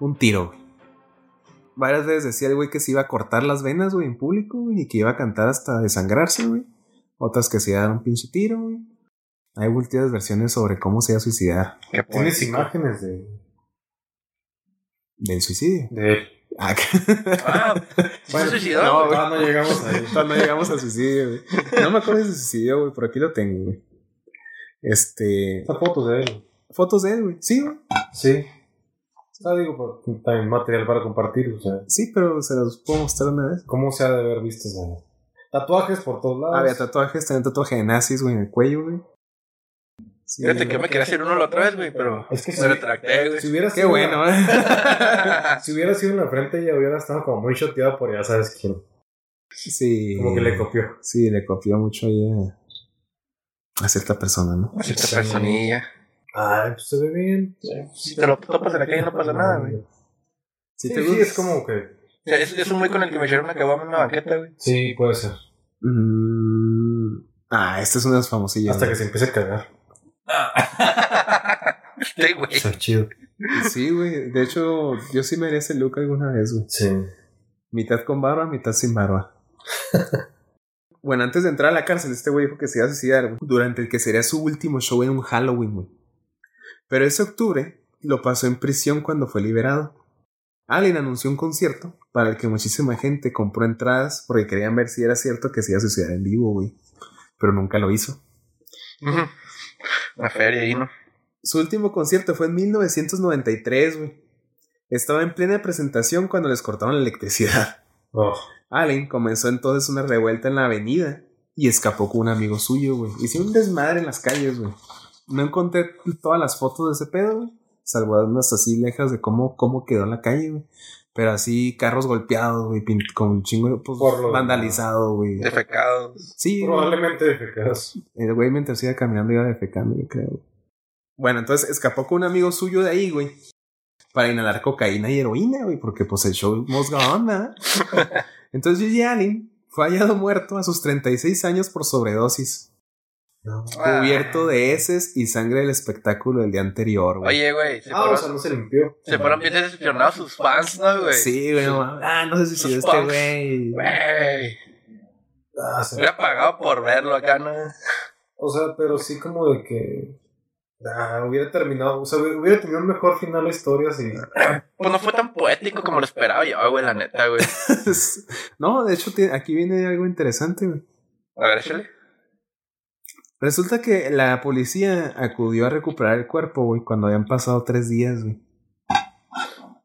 Speaker 1: un tiro, güey. Varias veces decía el güey que se iba a cortar las venas, güey, en público, güey, y que iba a cantar hasta desangrarse, güey. Otras que se iba a dar un pinche tiro, güey. Hay múltiples versiones sobre cómo se iba a suicidar
Speaker 3: Qué poético.
Speaker 2: Tienes imágenes de,
Speaker 1: del suicidio.
Speaker 2: de él. *laughs*
Speaker 1: Ah, que-
Speaker 3: Ah,
Speaker 1: Bueno,
Speaker 3: ¿se suicidó?
Speaker 1: no, güey.
Speaker 2: Ah, no llegamos ahí.
Speaker 1: no llegamos al suicidio, güey. No me acuerdo si se suicidio, güey, pero aquí lo tengo, güey. Este.
Speaker 2: Estas fotos de él.
Speaker 1: Fotos de él, güey. Sí, güey.
Speaker 2: Sí. Ah, digo, pero también material para compartir, o sea.
Speaker 1: Sí, pero se los puedo mostrar una vez.
Speaker 2: ¿Cómo se ha de haber visto esa? Tatuajes por todos lados.
Speaker 1: Había tatuajes, tenía un tatuaje de nazis, güey, en el cuello, güey. Sí,
Speaker 3: Fíjate que yo me quería hacer uno la otra vez, güey, pero
Speaker 2: Es que sí.
Speaker 3: me retracté, güey.
Speaker 2: Si
Speaker 3: *laughs*
Speaker 2: hubiera
Speaker 1: Qué
Speaker 2: sido
Speaker 1: bueno, ¿eh?
Speaker 2: una-
Speaker 1: güey.
Speaker 2: *laughs* si hubiera sido en la frente, ya hubiera estado como muy choteado por ya sabes quién.
Speaker 1: Sí.
Speaker 2: Como que le copió.
Speaker 1: Sí, le copió mucho ahí a, a cierta persona, ¿no?
Speaker 3: Así esta personilla.
Speaker 2: Ay, pues se ve bien.
Speaker 3: Si te lo topas en la calle no pasa nada, güey. O
Speaker 1: Si
Speaker 2: Sí,
Speaker 1: te
Speaker 2: sí,
Speaker 1: gusta-
Speaker 2: es como que.
Speaker 3: sea, es, es un güey con el que me echaron una caguama en una banqueta, güey.
Speaker 2: Sí, puede ser.
Speaker 1: Mm, ah, este es uno de los famosillos.
Speaker 2: Hasta
Speaker 1: güey.
Speaker 2: que se empiece a cagar.
Speaker 3: Este güey.
Speaker 2: Está chido.
Speaker 1: Sí, güey. De hecho, yo sí me haría ese look alguna vez, güey.
Speaker 2: Sí.
Speaker 1: Mitad con barba, mitad sin barba. *laughs* bueno, antes de entrar a la cárcel, este güey dijo que se iba a suicidar güey, durante el que sería su último show en un Halloween, güey. Pero ese octubre lo pasó en prisión cuando fue liberado. Allen anunció un concierto para el que muchísima gente compró entradas porque querían ver si era cierto que se iba a suicidar en vivo, güey. Pero nunca lo hizo.
Speaker 3: Ujú. Una feria ahí, ¿no?
Speaker 1: Su último concierto fue en 1993, güey. Estaba en plena presentación cuando les cortaron la electricidad.
Speaker 2: Oh,
Speaker 1: Allen comenzó entonces una revuelta en la avenida y escapó con un amigo suyo, güey. Hicieron un desmadre en las calles, güey. No encontré todas las fotos de ese pedo, güey. Salvo unas así lejas de cómo, cómo quedó la calle, güey. Pero así, carros golpeados, güey, pin- con un chingo de pues,
Speaker 2: Por lo-
Speaker 1: vandalizado, güey.
Speaker 3: Defecados.
Speaker 1: Sí, güey.
Speaker 2: probablemente de fecadas.
Speaker 1: El güey mientras iba caminando iba defecando, yo creo. Bueno, entonces escapó con un amigo suyo de ahí, güey. Para inhalar cocaína y heroína, güey, porque pues el show mosga
Speaker 3: *laughs*
Speaker 1: onda. Entonces Gigi Allen fue hallado muerto a sus 36 años por sobredosis,
Speaker 2: No.
Speaker 1: cubierto de heces y sangre del espectáculo del día anterior,
Speaker 3: Ah.
Speaker 1: güey.
Speaker 3: Oye, güey, se,
Speaker 2: Ah, o sea,
Speaker 3: fueron,
Speaker 2: no se limpió.
Speaker 3: se fueron bien decepcionados sus fans, ¿no, güey?
Speaker 1: sí, güey, no mames. Ah, no sé si
Speaker 3: Sus
Speaker 1: este
Speaker 3: punks.
Speaker 1: güey. *laughs*
Speaker 3: Güey.
Speaker 2: Ah, se-
Speaker 3: Hubiera pagado por verlo acá, ¿no?
Speaker 2: O sea, pero sí como de que. Ah, hubiera terminado, o sea, hubiera hubiera tenido un mejor final la historia si.
Speaker 3: Pues no fue tan poético como lo esperaba yo, güey, la neta, güey.
Speaker 1: no, de hecho, tiene- aquí viene algo interesante, güey.
Speaker 3: A ver, échale.
Speaker 1: Resulta que la policía acudió a recuperar el cuerpo, güey, cuando habían pasado tres días, güey.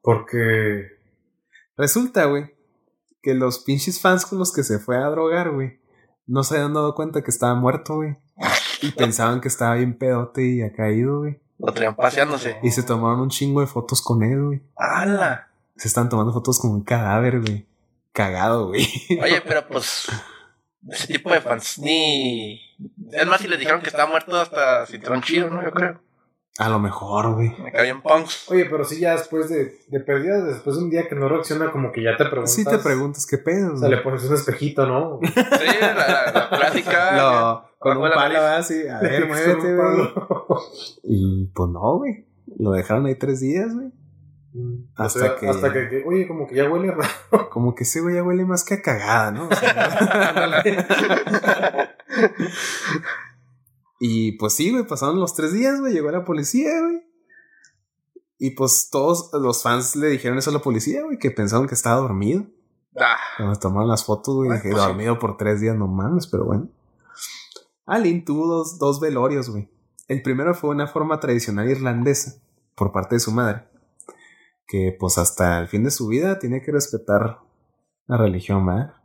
Speaker 2: Porque.
Speaker 1: Resulta, güey, que los pinches fans con los que se fue a drogar, güey, no se habían dado cuenta que estaba muerto, güey. Y pensaban que estaba bien pedote y ha caído, güey.
Speaker 3: Lo traían paseándose.
Speaker 1: Y se tomaron un chingo de fotos con él, güey.
Speaker 3: ¡Hala!
Speaker 1: Se están tomando fotos con un cadáver, güey. Cagado, güey.
Speaker 3: Oye, pero pues. Ese tipo de fans ni. Es más, si les dijeron que estaba muerto hasta Cinturón Chido, ¿no? Yo creo.
Speaker 1: A lo mejor, güey.
Speaker 3: Me caían punks.
Speaker 2: Oye, pero sí, ya después de, de perdidas, después de un día que no reacciona, como que ya te preguntas.
Speaker 1: Si te preguntas qué pedo,
Speaker 2: O sea,
Speaker 1: güey.
Speaker 2: le pones un espejito,
Speaker 1: *laughs*
Speaker 2: ¿no?
Speaker 3: Sí, la, la, la plática.
Speaker 1: Lo- con
Speaker 3: Bajo
Speaker 1: un
Speaker 3: la
Speaker 1: palo
Speaker 3: nariz.
Speaker 1: así, a ver,
Speaker 2: *laughs* Con
Speaker 1: muévete, güey.
Speaker 2: un palo.
Speaker 1: Y pues no, güey. Lo dejaron ahí tres días, güey. Hasta
Speaker 2: O sea,
Speaker 1: que-
Speaker 2: Hasta que, que- Oye, como que ya huele raro.
Speaker 1: Como que ese güey ya huele más que a cagada, ¿no? O sea,
Speaker 3: Ándale.
Speaker 1: y pues sí, güey, pasaron los tres días, güey. Llegó la policía, güey. Y pues todos los fans le dijeron eso a la policía, güey, que pensaron que estaba dormido.
Speaker 3: Ah,
Speaker 1: Cuando tomaron las fotos, güey,
Speaker 3: Ah,
Speaker 1: dije,
Speaker 3: pues sí.
Speaker 1: dormido por tres días, no mames, pero bueno. Alin tuvo dos, dos velorios, güey. El primero fue una forma tradicional irlandesa por parte de su madre, que pues hasta el fin de su vida tiene que respetar la religión, ¿verdad?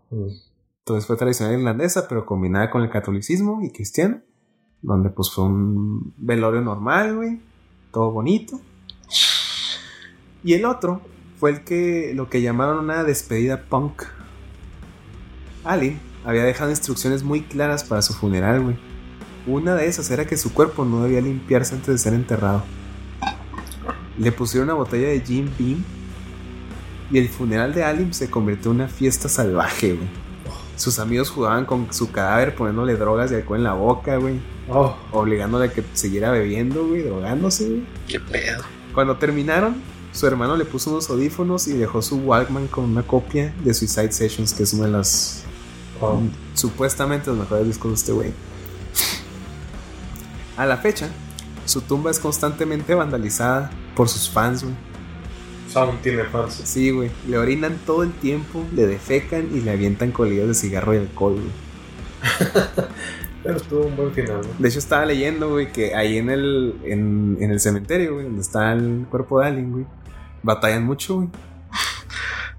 Speaker 1: Entonces fue tradicional irlandesa, pero combinada con el catolicismo y cristiano, donde pues fue un velorio normal, güey, todo bonito. Y el otro fue el que lo que llamaron una despedida punk. Ali había dejado instrucciones muy claras para su funeral, güey. Una de esas era que su cuerpo no debía limpiarse antes de ser enterrado. Le pusieron una botella de Jim Beam y el funeral de Alim se convirtió en una fiesta salvaje, güey. Sus amigos jugaban con su cadáver poniéndole drogas de alcohol en la boca, güey.
Speaker 2: Oh,
Speaker 1: Obligándole a que siguiera bebiendo, güey, drogándose, güey.
Speaker 3: qué pedo.
Speaker 1: Cuando terminaron, su hermano le puso unos audífonos y dejó su Walkman con una copia de Suicide Sessions, que es uno de los
Speaker 2: oh.
Speaker 1: supuestamente los mejores discos de este güey. A la fecha, su tumba es constantemente vandalizada por sus fans, güey.
Speaker 2: Sound tiene fans.
Speaker 1: Sí, güey. Le orinan todo el tiempo, le defecan y le avientan colillas de cigarro y alcohol, güey.
Speaker 2: Pero estuvo un buen final, ¿no?
Speaker 1: De hecho, estaba leyendo, güey, que ahí en el, en, en el cementerio, güey, donde está el cuerpo de Alien, güey, batallan mucho, güey.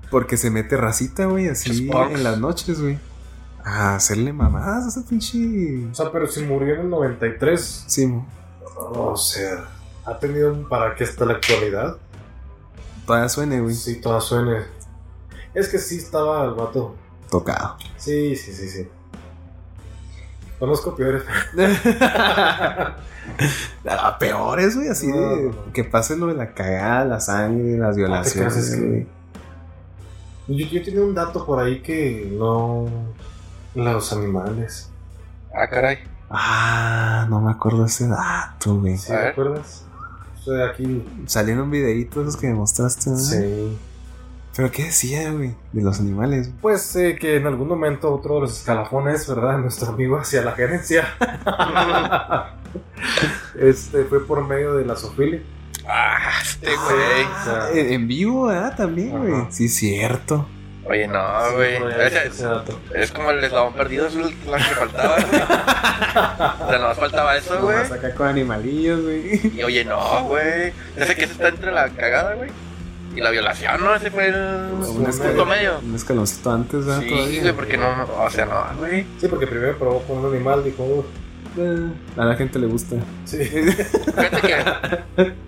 Speaker 1: Porque se mete racita, güey, así
Speaker 3: Los punks.
Speaker 1: en las noches, güey. A hacerle mamadas a esa pinche.
Speaker 2: O sea, pero si murió en el 93,
Speaker 1: Sí, mo.
Speaker 2: o sea, ha tenido un para qué hasta la actualidad.
Speaker 1: todavía suene, güey.
Speaker 2: Sí, toda suene. Es que sí estaba el vato.
Speaker 1: Tocado.
Speaker 2: Sí, sí, sí, sí. Conozco peores.
Speaker 1: *laughs* A peores, güey, así de.
Speaker 2: No, no.
Speaker 1: Que pase lo de la cagada, la sangre, las violaciones.
Speaker 2: creas, es que-
Speaker 1: güey.
Speaker 2: Yo, yo tenía un dato por ahí que no. Los animales.
Speaker 3: Ah,
Speaker 1: *laughs*
Speaker 3: caray.
Speaker 1: Ah, no me acuerdo ese dato, güey.
Speaker 2: ¿Sí
Speaker 3: A
Speaker 2: te
Speaker 3: ver.
Speaker 2: acuerdas? Estoy aquí.
Speaker 1: Salieron videitos esos que me mostraste, ¿no?
Speaker 2: Sí.
Speaker 1: ¿Pero qué decía, güey? De los animales.
Speaker 2: Pues sé que en algún momento otro de los escalafones, ¿verdad? Nuestro amigo hacia la gerencia. *laughs*
Speaker 1: Ah,
Speaker 2: este fue por medio de la sofilia.
Speaker 3: Ah, este güey.
Speaker 1: Ah, en, en vivo, ¿verdad? También, güey.
Speaker 2: Ajá.
Speaker 1: Sí, cierto.
Speaker 3: Oye, no, Ah, güey. Ese-
Speaker 2: Ese dato.
Speaker 3: Es como el eslabón perdido, es lo que faltaba, güey. O sea, nomás faltaba eso, güey.
Speaker 1: Nomás acá con animalillos, güey. *laughs*
Speaker 3: Y oye, no, güey. Ese que está entre la cagada, güey. Y la violación, ¿no? Ese fue el
Speaker 1: Un
Speaker 3: punto medio.
Speaker 1: Un escaloncito antes, ¿verdad?
Speaker 3: Sí,
Speaker 1: pues, Todavía.
Speaker 3: güey, porque no, o sea, no, güey.
Speaker 2: Sí, porque primero probó con un animal, dijo. "Uh,
Speaker 1: Eh, A la gente le gusta.
Speaker 2: Sí. *laughs*
Speaker 3: Fíjate que.
Speaker 1: *laughs*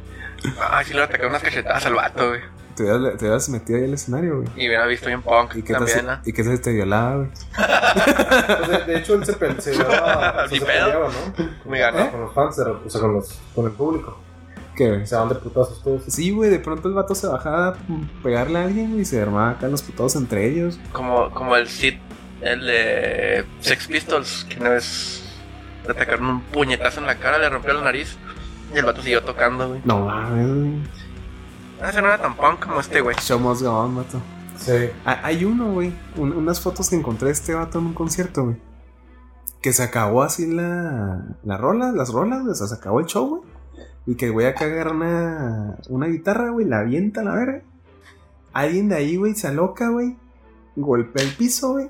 Speaker 3: Ah, sí, le atacaron unas cachetadas al vato, güey.
Speaker 1: Te hubieras, te hubieras metido ahí al escenario, güey.
Speaker 3: Y hubiera visto bien punk
Speaker 1: ¿Y qué, tal si,
Speaker 3: también, ¿no?
Speaker 1: ¿Y qué tal si te violaba, güey?
Speaker 2: O sea, de hecho, él se pe- se
Speaker 3: *laughs*
Speaker 2: llevaba- o sea,
Speaker 3: Ni
Speaker 2: se
Speaker 3: pedo.
Speaker 2: peleaba, ¿no?
Speaker 3: Me gané.
Speaker 2: Con los fans, o sea, con, los, con el público.
Speaker 1: ¿Qué, güey?
Speaker 2: Se van de putazos todos.
Speaker 1: Sí, güey, de pronto el vato se bajaba a pegarle a alguien güey, y se armaba acá los putados entre ellos.
Speaker 3: Como, como el Sid, el de Sex Pistols, que una vez le atacaron un puñetazo en la cara, le rompió la nariz. Y el vato siguió tocando, güey.
Speaker 1: No mames, güey.
Speaker 3: Ah, ese no era tan punk como este, güey.
Speaker 1: Show must go on, vato.
Speaker 2: Sí.
Speaker 1: Ah, Hay uno, güey. un- unas fotos que encontré de este vato en un concierto, güey. Que se acabó así la, la rola, las rolas, güey. O sea, se acabó el show, güey. Y que el güey acá agarra una, una guitarra, güey, la avienta a la verga. Alguien de ahí, güey, se aloca, güey. Golpea el piso, güey.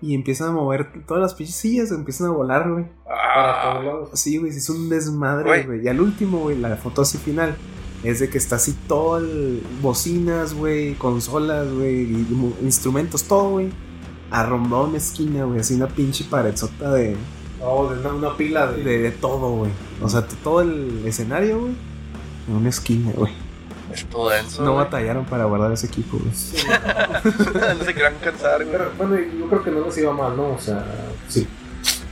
Speaker 1: Y empiezan a mover todas las pinches sillas, empiezan a volar, güey.
Speaker 2: Para
Speaker 3: Ah,
Speaker 2: todos lados.
Speaker 1: Sí, güey, se hizo un desmadre,
Speaker 3: Güey.
Speaker 1: güey. Y al último, güey, la foto así final. Es de que está así todo el... Bocinas, güey, consolas, güey, y mo- instrumentos, todo, güey. Arrumbado una esquina, güey, así una pinche paredsota de...
Speaker 2: No, de una, una pila de.
Speaker 1: De, de todo, güey. O sea, t- todo el escenario, güey. En una esquina, güey.
Speaker 3: es todo denso.
Speaker 1: No
Speaker 3: güey.
Speaker 1: batallaron para guardar ese equipo, güey.
Speaker 3: no se querían cansar, güey.
Speaker 2: Pero, bueno, yo creo que no les iba mal, ¿no? O sea, sí.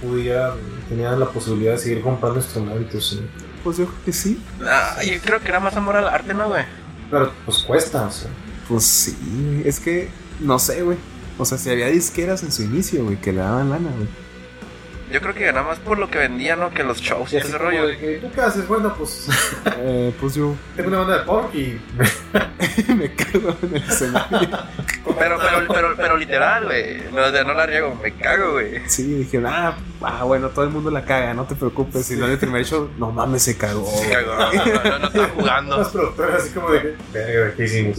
Speaker 2: Pudieran, tenían la posibilidad de seguir comprando instrumentos, sí.
Speaker 1: Pues yo creo que sí.
Speaker 3: Ah, yo creo que era más amor al arte, ¿no, güey?
Speaker 2: Pero pues cuesta, o sea.
Speaker 1: Pues sí, güey. Es que, no sé, güey. O sea, si había disqueras en su inicio, güey, que le daban lana, güey.
Speaker 3: Yo creo que ganaba más por lo que vendía, ¿no? Que los shows y
Speaker 2: Y así
Speaker 3: ese
Speaker 2: como
Speaker 3: rollo.
Speaker 2: de que, ¿Tú qué haces? Bueno, pues *laughs*
Speaker 1: Eh, pues yo
Speaker 2: tengo una banda de punk y
Speaker 1: *laughs* me cago en el escenario.
Speaker 3: Pero, pero, pero, pero literal, güey. No, de- no la riego, me cago, güey.
Speaker 1: Sí, dije, ah, ah, bueno, todo el mundo la caga, no te preocupes. Y no en el primer show, no mames, se cagó.
Speaker 3: Me cago, no, no, no, no estaba
Speaker 2: las
Speaker 3: jugando.
Speaker 2: productoras así como de que, verga, ¿qué hicimos?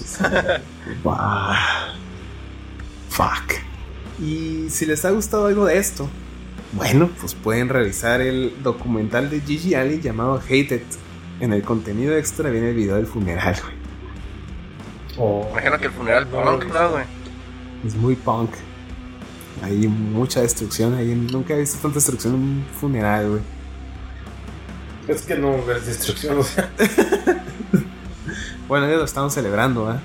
Speaker 1: Bah. Ah, Fuck. Y si les ha gustado algo de esto, bueno, pues pueden revisar el documental de Gigi Allen llamado Hated. En el contenido extra viene el video del funeral, güey.
Speaker 2: O
Speaker 3: Imagino que el funeral, no, no, güey.
Speaker 1: Es muy punk. Hay mucha destrucción ahí. Nunca he visto tanta destrucción en un funeral, güey.
Speaker 2: es que no es destrucción, o sea.
Speaker 1: Bueno, ellos lo estamos celebrando, ¿ah?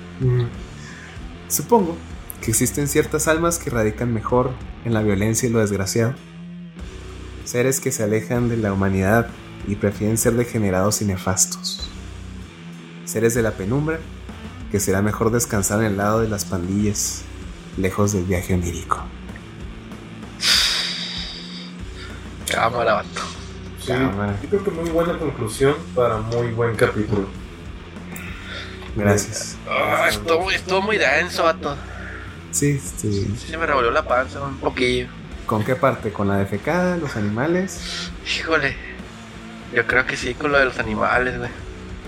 Speaker 1: Supongo que existen ciertas almas que radican mejor en la violencia y lo desgraciado. Seres que se alejan de la humanidad y prefieren ser degenerados y nefastos. Seres de la penumbra que será mejor descansar en el lado de las pandillas, lejos del viaje onírico.
Speaker 3: Cámara, vato.
Speaker 2: Sí, yo creo que muy buena conclusión para muy buen capítulo.
Speaker 1: Gracias.
Speaker 3: Ah, estuvo, estuvo muy denso, vato.
Speaker 1: Sí, este,
Speaker 3: Sí, se me revolvió la panza un poquillo.
Speaker 1: ¿con qué parte? ¿Con la defecada, los animales? *laughs*
Speaker 3: Híjole. Yo creo que sí, con lo de los animales, güey.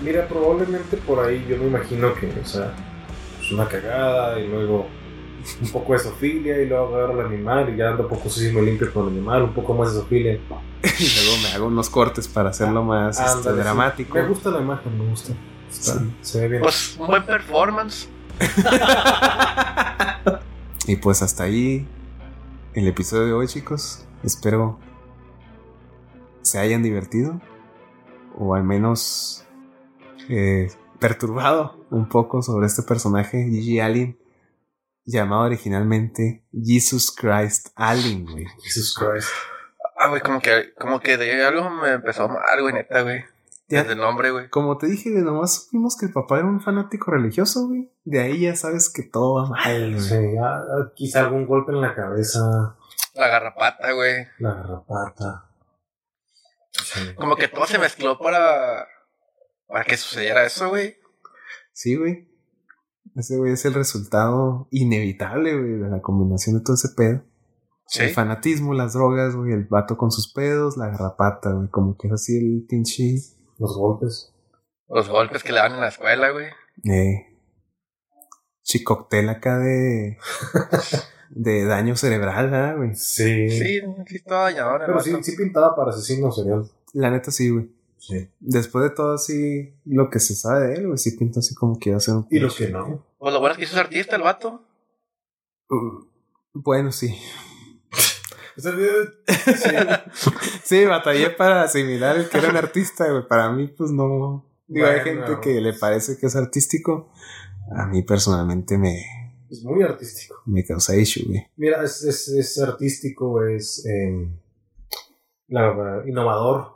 Speaker 2: Mira, probablemente por ahí yo me imagino que, o sea, es una cagada y luego un poco de sofilia y luego agarro el animal y ya ando poco sucio y me limpio con el animal, un poco más de sofilia.
Speaker 1: Y luego me hago unos cortes para hacerlo más este,
Speaker 2: Ándale, sí.
Speaker 1: dramático.
Speaker 2: Me gusta la imagen, me gusta. Está-
Speaker 1: Sí.
Speaker 2: Se ve bien.
Speaker 3: Pues un buen performance.
Speaker 1: *laughs* Y pues hasta ahí el episodio de hoy, chicos. Espero se hayan divertido o al menos eh, perturbado un poco sobre este personaje, Gigi Allen, llamado originalmente Jesus Christ Allen, güey.
Speaker 2: Jesus Christ.
Speaker 3: Ah, güey, como que, como que de algo me empezó mal, güey, neta, güey.
Speaker 1: Ya-
Speaker 3: Desde el nombre, güey.
Speaker 1: Como te dije, de nomás supimos que el papá era un fanático religioso, güey. De ahí ya sabes que todo va mal, güey.
Speaker 2: Sí, ah, ah, quizá algún golpe en la cabeza,
Speaker 3: La garrapata, güey.
Speaker 2: la garrapata. Sí.
Speaker 3: Como que todo se mezcló para. para que sucediera eso, güey.
Speaker 1: Sí, güey. Ese güey es el resultado inevitable, güey, de la combinación de todo ese pedo. El
Speaker 3: Sí.
Speaker 1: fanatismo, las drogas, güey, el vato con sus pedos, la garrapata, güey, como que es así el pinche.
Speaker 2: Los golpes.
Speaker 3: Los golpes que le dan en la escuela, güey.
Speaker 1: Eh, chicoctel acá de. de daño cerebral, ¿verdad, güey.
Speaker 2: Sí.
Speaker 3: Sí, sí, estaba dañado,
Speaker 2: Pero sí, sí pintaba para asesino serial.
Speaker 1: La neta sí, güey.
Speaker 2: Sí.
Speaker 1: Después de todo, así, lo que se sabe de él, güey, sí pinta así como que iba a ser un.
Speaker 2: Y los que no.
Speaker 3: Pues lo bueno es que hizo artista el vato.
Speaker 1: Bueno, sí.
Speaker 2: O sea, eh,
Speaker 1: Sí, batallé para asimilar el que era un artista, güey. Para mí, pues no. Digo, hay
Speaker 2: Bueno.
Speaker 1: gente que le parece que es artístico. A mí personalmente me,
Speaker 2: Es muy artístico.
Speaker 1: me causa issue, güey.
Speaker 2: Mira, es, es, es artístico, es eh, la verdad, innovador.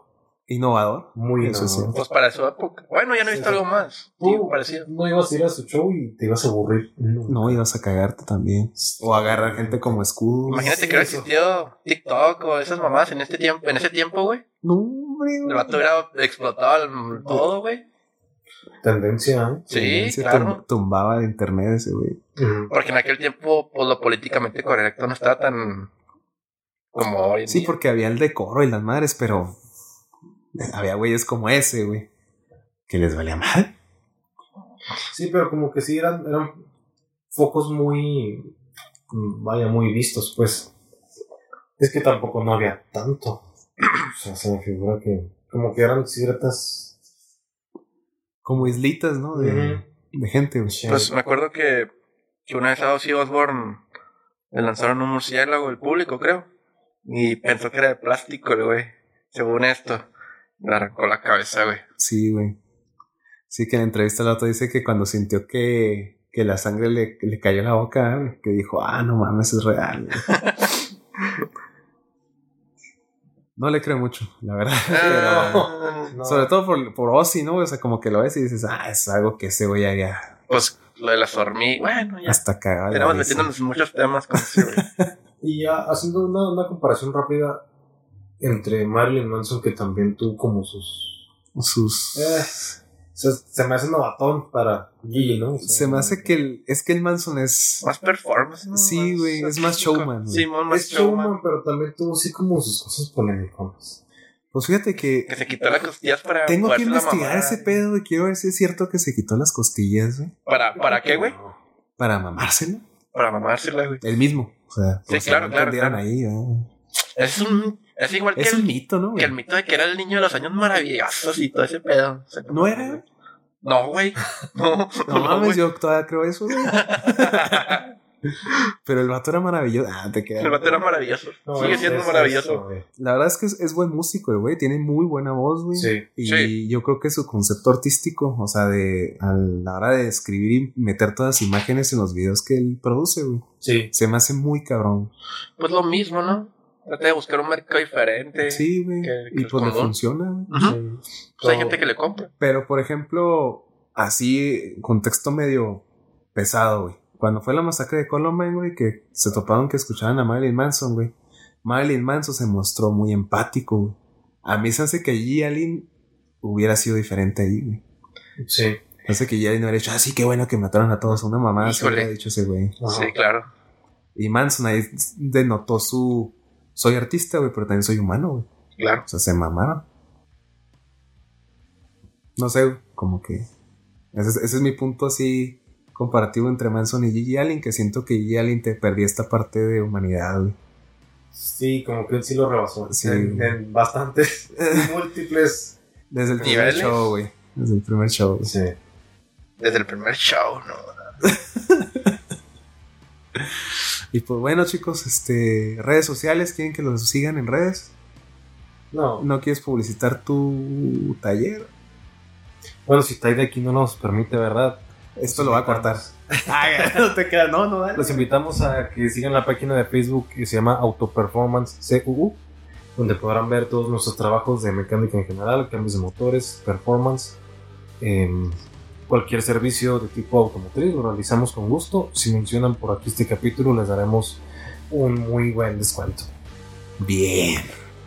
Speaker 1: Innovador.
Speaker 2: Muy
Speaker 1: Eso sí.
Speaker 2: innovador.
Speaker 3: Pues para su época. Bueno, ya no he visto
Speaker 2: Sí, sí.
Speaker 3: algo más. Sí,
Speaker 2: Tú
Speaker 3: parecido.
Speaker 2: no ibas a ir a su show y te ibas a aburrir.
Speaker 1: No ibas a cagarte también. O agarrar gente como escudo.
Speaker 3: Imagínate
Speaker 2: Sí,
Speaker 3: que hubiera
Speaker 2: eso.
Speaker 3: existido TikTok o esas mamás en este tiempo, en ese tiempo, güey.
Speaker 1: No, hombre,
Speaker 3: El
Speaker 1: güey.
Speaker 3: vato hubiera explotado al- todo, güey.
Speaker 2: Tendencia, ¿eh?
Speaker 3: Sí,
Speaker 1: Se
Speaker 3: claro.
Speaker 1: tum- tumbaba de internet ese, güey.
Speaker 2: Ujú.
Speaker 3: Porque en aquel tiempo, pues lo políticamente correcto no estaba tan como hoy en
Speaker 1: Sí,
Speaker 3: día.
Speaker 1: porque había el decoro y las madres, pero Había güeyes como ese, güey. Que les valía mal.
Speaker 2: Sí, pero como que sí eran, eran focos muy. Vaya, muy vistos, pues. Es que tampoco no había tanto. O sea, se me figura que. Como que eran ciertas. eh,
Speaker 1: Como islitas, ¿no? De,
Speaker 2: Ujú.
Speaker 1: de gente, güey.
Speaker 3: Pues me acuerdo que, que una vez a Ozzy Osbourne le lanzaron un murciélago al público, creo. Y pensó que era de plástico el güey. Según esto, le arrancó la cabeza, güey.
Speaker 1: Sí, güey. Sí, que en la entrevista el otro dice que cuando sintió que, que la sangre le, le cayó en la boca, güey, que dijo, ah, no mames, es real. güey". no le creo mucho, la verdad.
Speaker 3: Ah,
Speaker 2: No,
Speaker 1: Sobre todo por, por Ozzy, ¿no? O sea, como que lo ves y dices, ah, es algo que ese güey haría
Speaker 3: pues lo de las hormigas. Bueno, ya.
Speaker 1: hasta cagado.
Speaker 3: Tenemos metiéndonos en muchos temas con ese, güey.
Speaker 1: *laughs*
Speaker 2: Y ya haciendo una, una comparación rápida entre Marilyn Manson, que también tuvo como sus.
Speaker 1: Sus...
Speaker 2: Eh. Se, se me hace novatón para Gigi, ¿no? O sea,
Speaker 1: Se me hace que el, es que el Manson es...
Speaker 3: Más performance, ¿no?
Speaker 1: Sí,
Speaker 3: Más
Speaker 1: güey, es más
Speaker 3: artístico.
Speaker 1: showman, güey.
Speaker 3: Sí, más, más
Speaker 2: Es
Speaker 3: showman.
Speaker 2: showman, pero también tuvo así como sus cosas polémicas.
Speaker 1: Pues fíjate que
Speaker 3: Que se quitó las costillas para.
Speaker 1: tengo que
Speaker 3: jugarse la
Speaker 1: investigar
Speaker 3: mamada.
Speaker 1: ese pedo y quiero ver si es cierto que se quitó las costillas, güey.
Speaker 3: ¿Para, ¿Para qué, güey?
Speaker 1: Para mamárselo.
Speaker 3: Para mamársela, güey.
Speaker 1: El mismo. O sea,
Speaker 3: Sí,
Speaker 1: pues,
Speaker 3: claro,
Speaker 1: no
Speaker 3: claro,
Speaker 1: entendieron
Speaker 3: claro.
Speaker 1: ahí, ¿no?
Speaker 3: Es un. Es igual que
Speaker 1: Es
Speaker 3: el
Speaker 1: un mito, ¿no? güey?
Speaker 3: Que el mito de que era el niño de los años maravillosos y todo ese pedo. O sea,
Speaker 1: ¿No era?
Speaker 3: No, güey. *laughs* No,
Speaker 1: No mames,
Speaker 3: güey.
Speaker 1: yo todavía creo eso,
Speaker 3: *laughs*
Speaker 1: güey. Pero el vato era maravilloso. Ah, te quedas.
Speaker 3: El vato era maravilloso.
Speaker 2: No,
Speaker 3: Sigue
Speaker 2: es-
Speaker 3: siendo
Speaker 2: es-
Speaker 3: maravilloso.
Speaker 2: es-
Speaker 1: La verdad es que es, es buen músico, el güey. Tiene muy buena voz, güey.
Speaker 2: Sí.
Speaker 1: Y
Speaker 3: Sí.
Speaker 1: yo creo que su concepto artístico, o sea, de a la hora de escribir y meter todas las imágenes en los videos que él produce, güey,
Speaker 2: Sí.
Speaker 1: se me hace muy cabrón.
Speaker 3: Pues lo mismo, ¿no? Trata de buscar un mercado diferente.
Speaker 1: Sí, güey.
Speaker 3: que-
Speaker 1: Y
Speaker 3: que
Speaker 1: pues le
Speaker 3: común.
Speaker 1: funciona, güey.
Speaker 3: Ujú.
Speaker 2: sí.
Speaker 3: Pues hay gente que le compra.
Speaker 1: Pero, por ejemplo, así, contexto medio pesado, güey. Cuando fue la masacre de Columbine, güey, que se toparon que escuchaban a Marilyn Manson, güey. Marilyn Manson se mostró muy empático, güey. A mí se hace que G. Allen hubiera sido diferente ahí, güey.
Speaker 2: Sí.
Speaker 1: Se hace que G. Allen hubiera dicho, ah, sí, qué bueno que mataron a todos. Una mamá se
Speaker 3: Híjole.
Speaker 1: hubiera dicho ese, güey.
Speaker 2: Ajá.
Speaker 3: Sí, claro.
Speaker 1: Y Manson ahí denotó su... Soy artista, güey, pero también soy humano, güey.
Speaker 3: Claro.
Speaker 1: O sea, se mamaron. No sé, como que. Ese es, ese es mi punto así comparativo entre Manson y Gigi Allen, que siento que Gigi Allen te perdí esta parte de humanidad, güey.
Speaker 2: Sí, como que él sí lo rebasó.
Speaker 1: Sí.
Speaker 2: En,
Speaker 1: *laughs*
Speaker 2: en bastantes y múltiples.
Speaker 1: Desde el primer
Speaker 3: ¿Niveles?
Speaker 1: show, güey. Desde el primer show, güey.
Speaker 2: Sí.
Speaker 3: Desde el primer show, ¿no?
Speaker 1: Y pues bueno, chicos, este. Redes sociales, quieren que los sigan en redes.
Speaker 2: No.
Speaker 1: ¿No quieres publicitar tu taller?
Speaker 2: Bueno, si estáis de aquí no nos permite, ¿verdad?
Speaker 1: Esto lo va a cortar. no te queda, no, no,
Speaker 2: Los invitamos a que sigan la página de Facebook que se llama Autoperformance CUU, donde podrán ver todos nuestros trabajos de mecánica en general, cambios de motores, performance, em, cualquier servicio de tipo automotriz, lo realizamos con gusto. Si mencionan por aquí este capítulo, les daremos un muy buen descuento.
Speaker 1: Bien,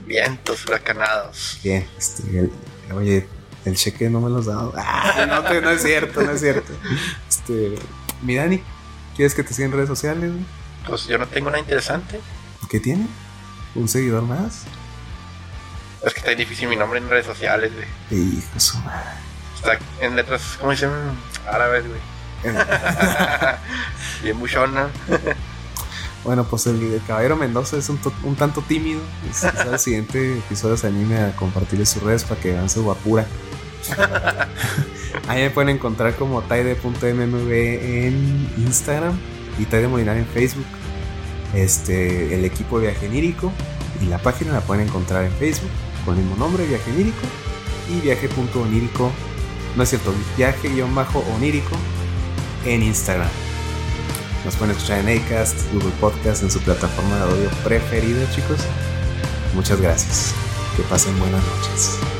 Speaker 3: Vientos huracanados.
Speaker 1: bien. Este, el- oye, el cheque no me lo has dado. Ah, no, te- no es cierto, no es cierto. Este, mi Dani, ¿quieres que te siga en redes sociales? güey?
Speaker 3: Pues yo no tengo nada interesante.
Speaker 1: ¿Qué tiene? ¿Un seguidor más?
Speaker 3: Es que está difícil mi nombre en redes sociales, güey.
Speaker 1: Hijo de su madre.
Speaker 3: Está en letras, ¿cómo dicen? Árabes, güey. Bien buchona.
Speaker 1: Bueno, pues el, el caballero Mendoza es un, to- un tanto tímido. Es- quizá el siguiente episodio se anime a compartirle sus redes para que vean su guapura. Ahí me pueden encontrar como taide.mmv en Instagram y Taide Molinar en Facebook. Este, el equipo de Viaje Nírico y la página la pueden encontrar en Facebook con el mismo nombre, Viaje Nírico y viaje.onírico, no es cierto, viaje-onírico en Instagram. Nos pueden escuchar en Acast, Google Podcast, en su plataforma de audio preferida, chicos. Muchas gracias. Que pasen buenas noches.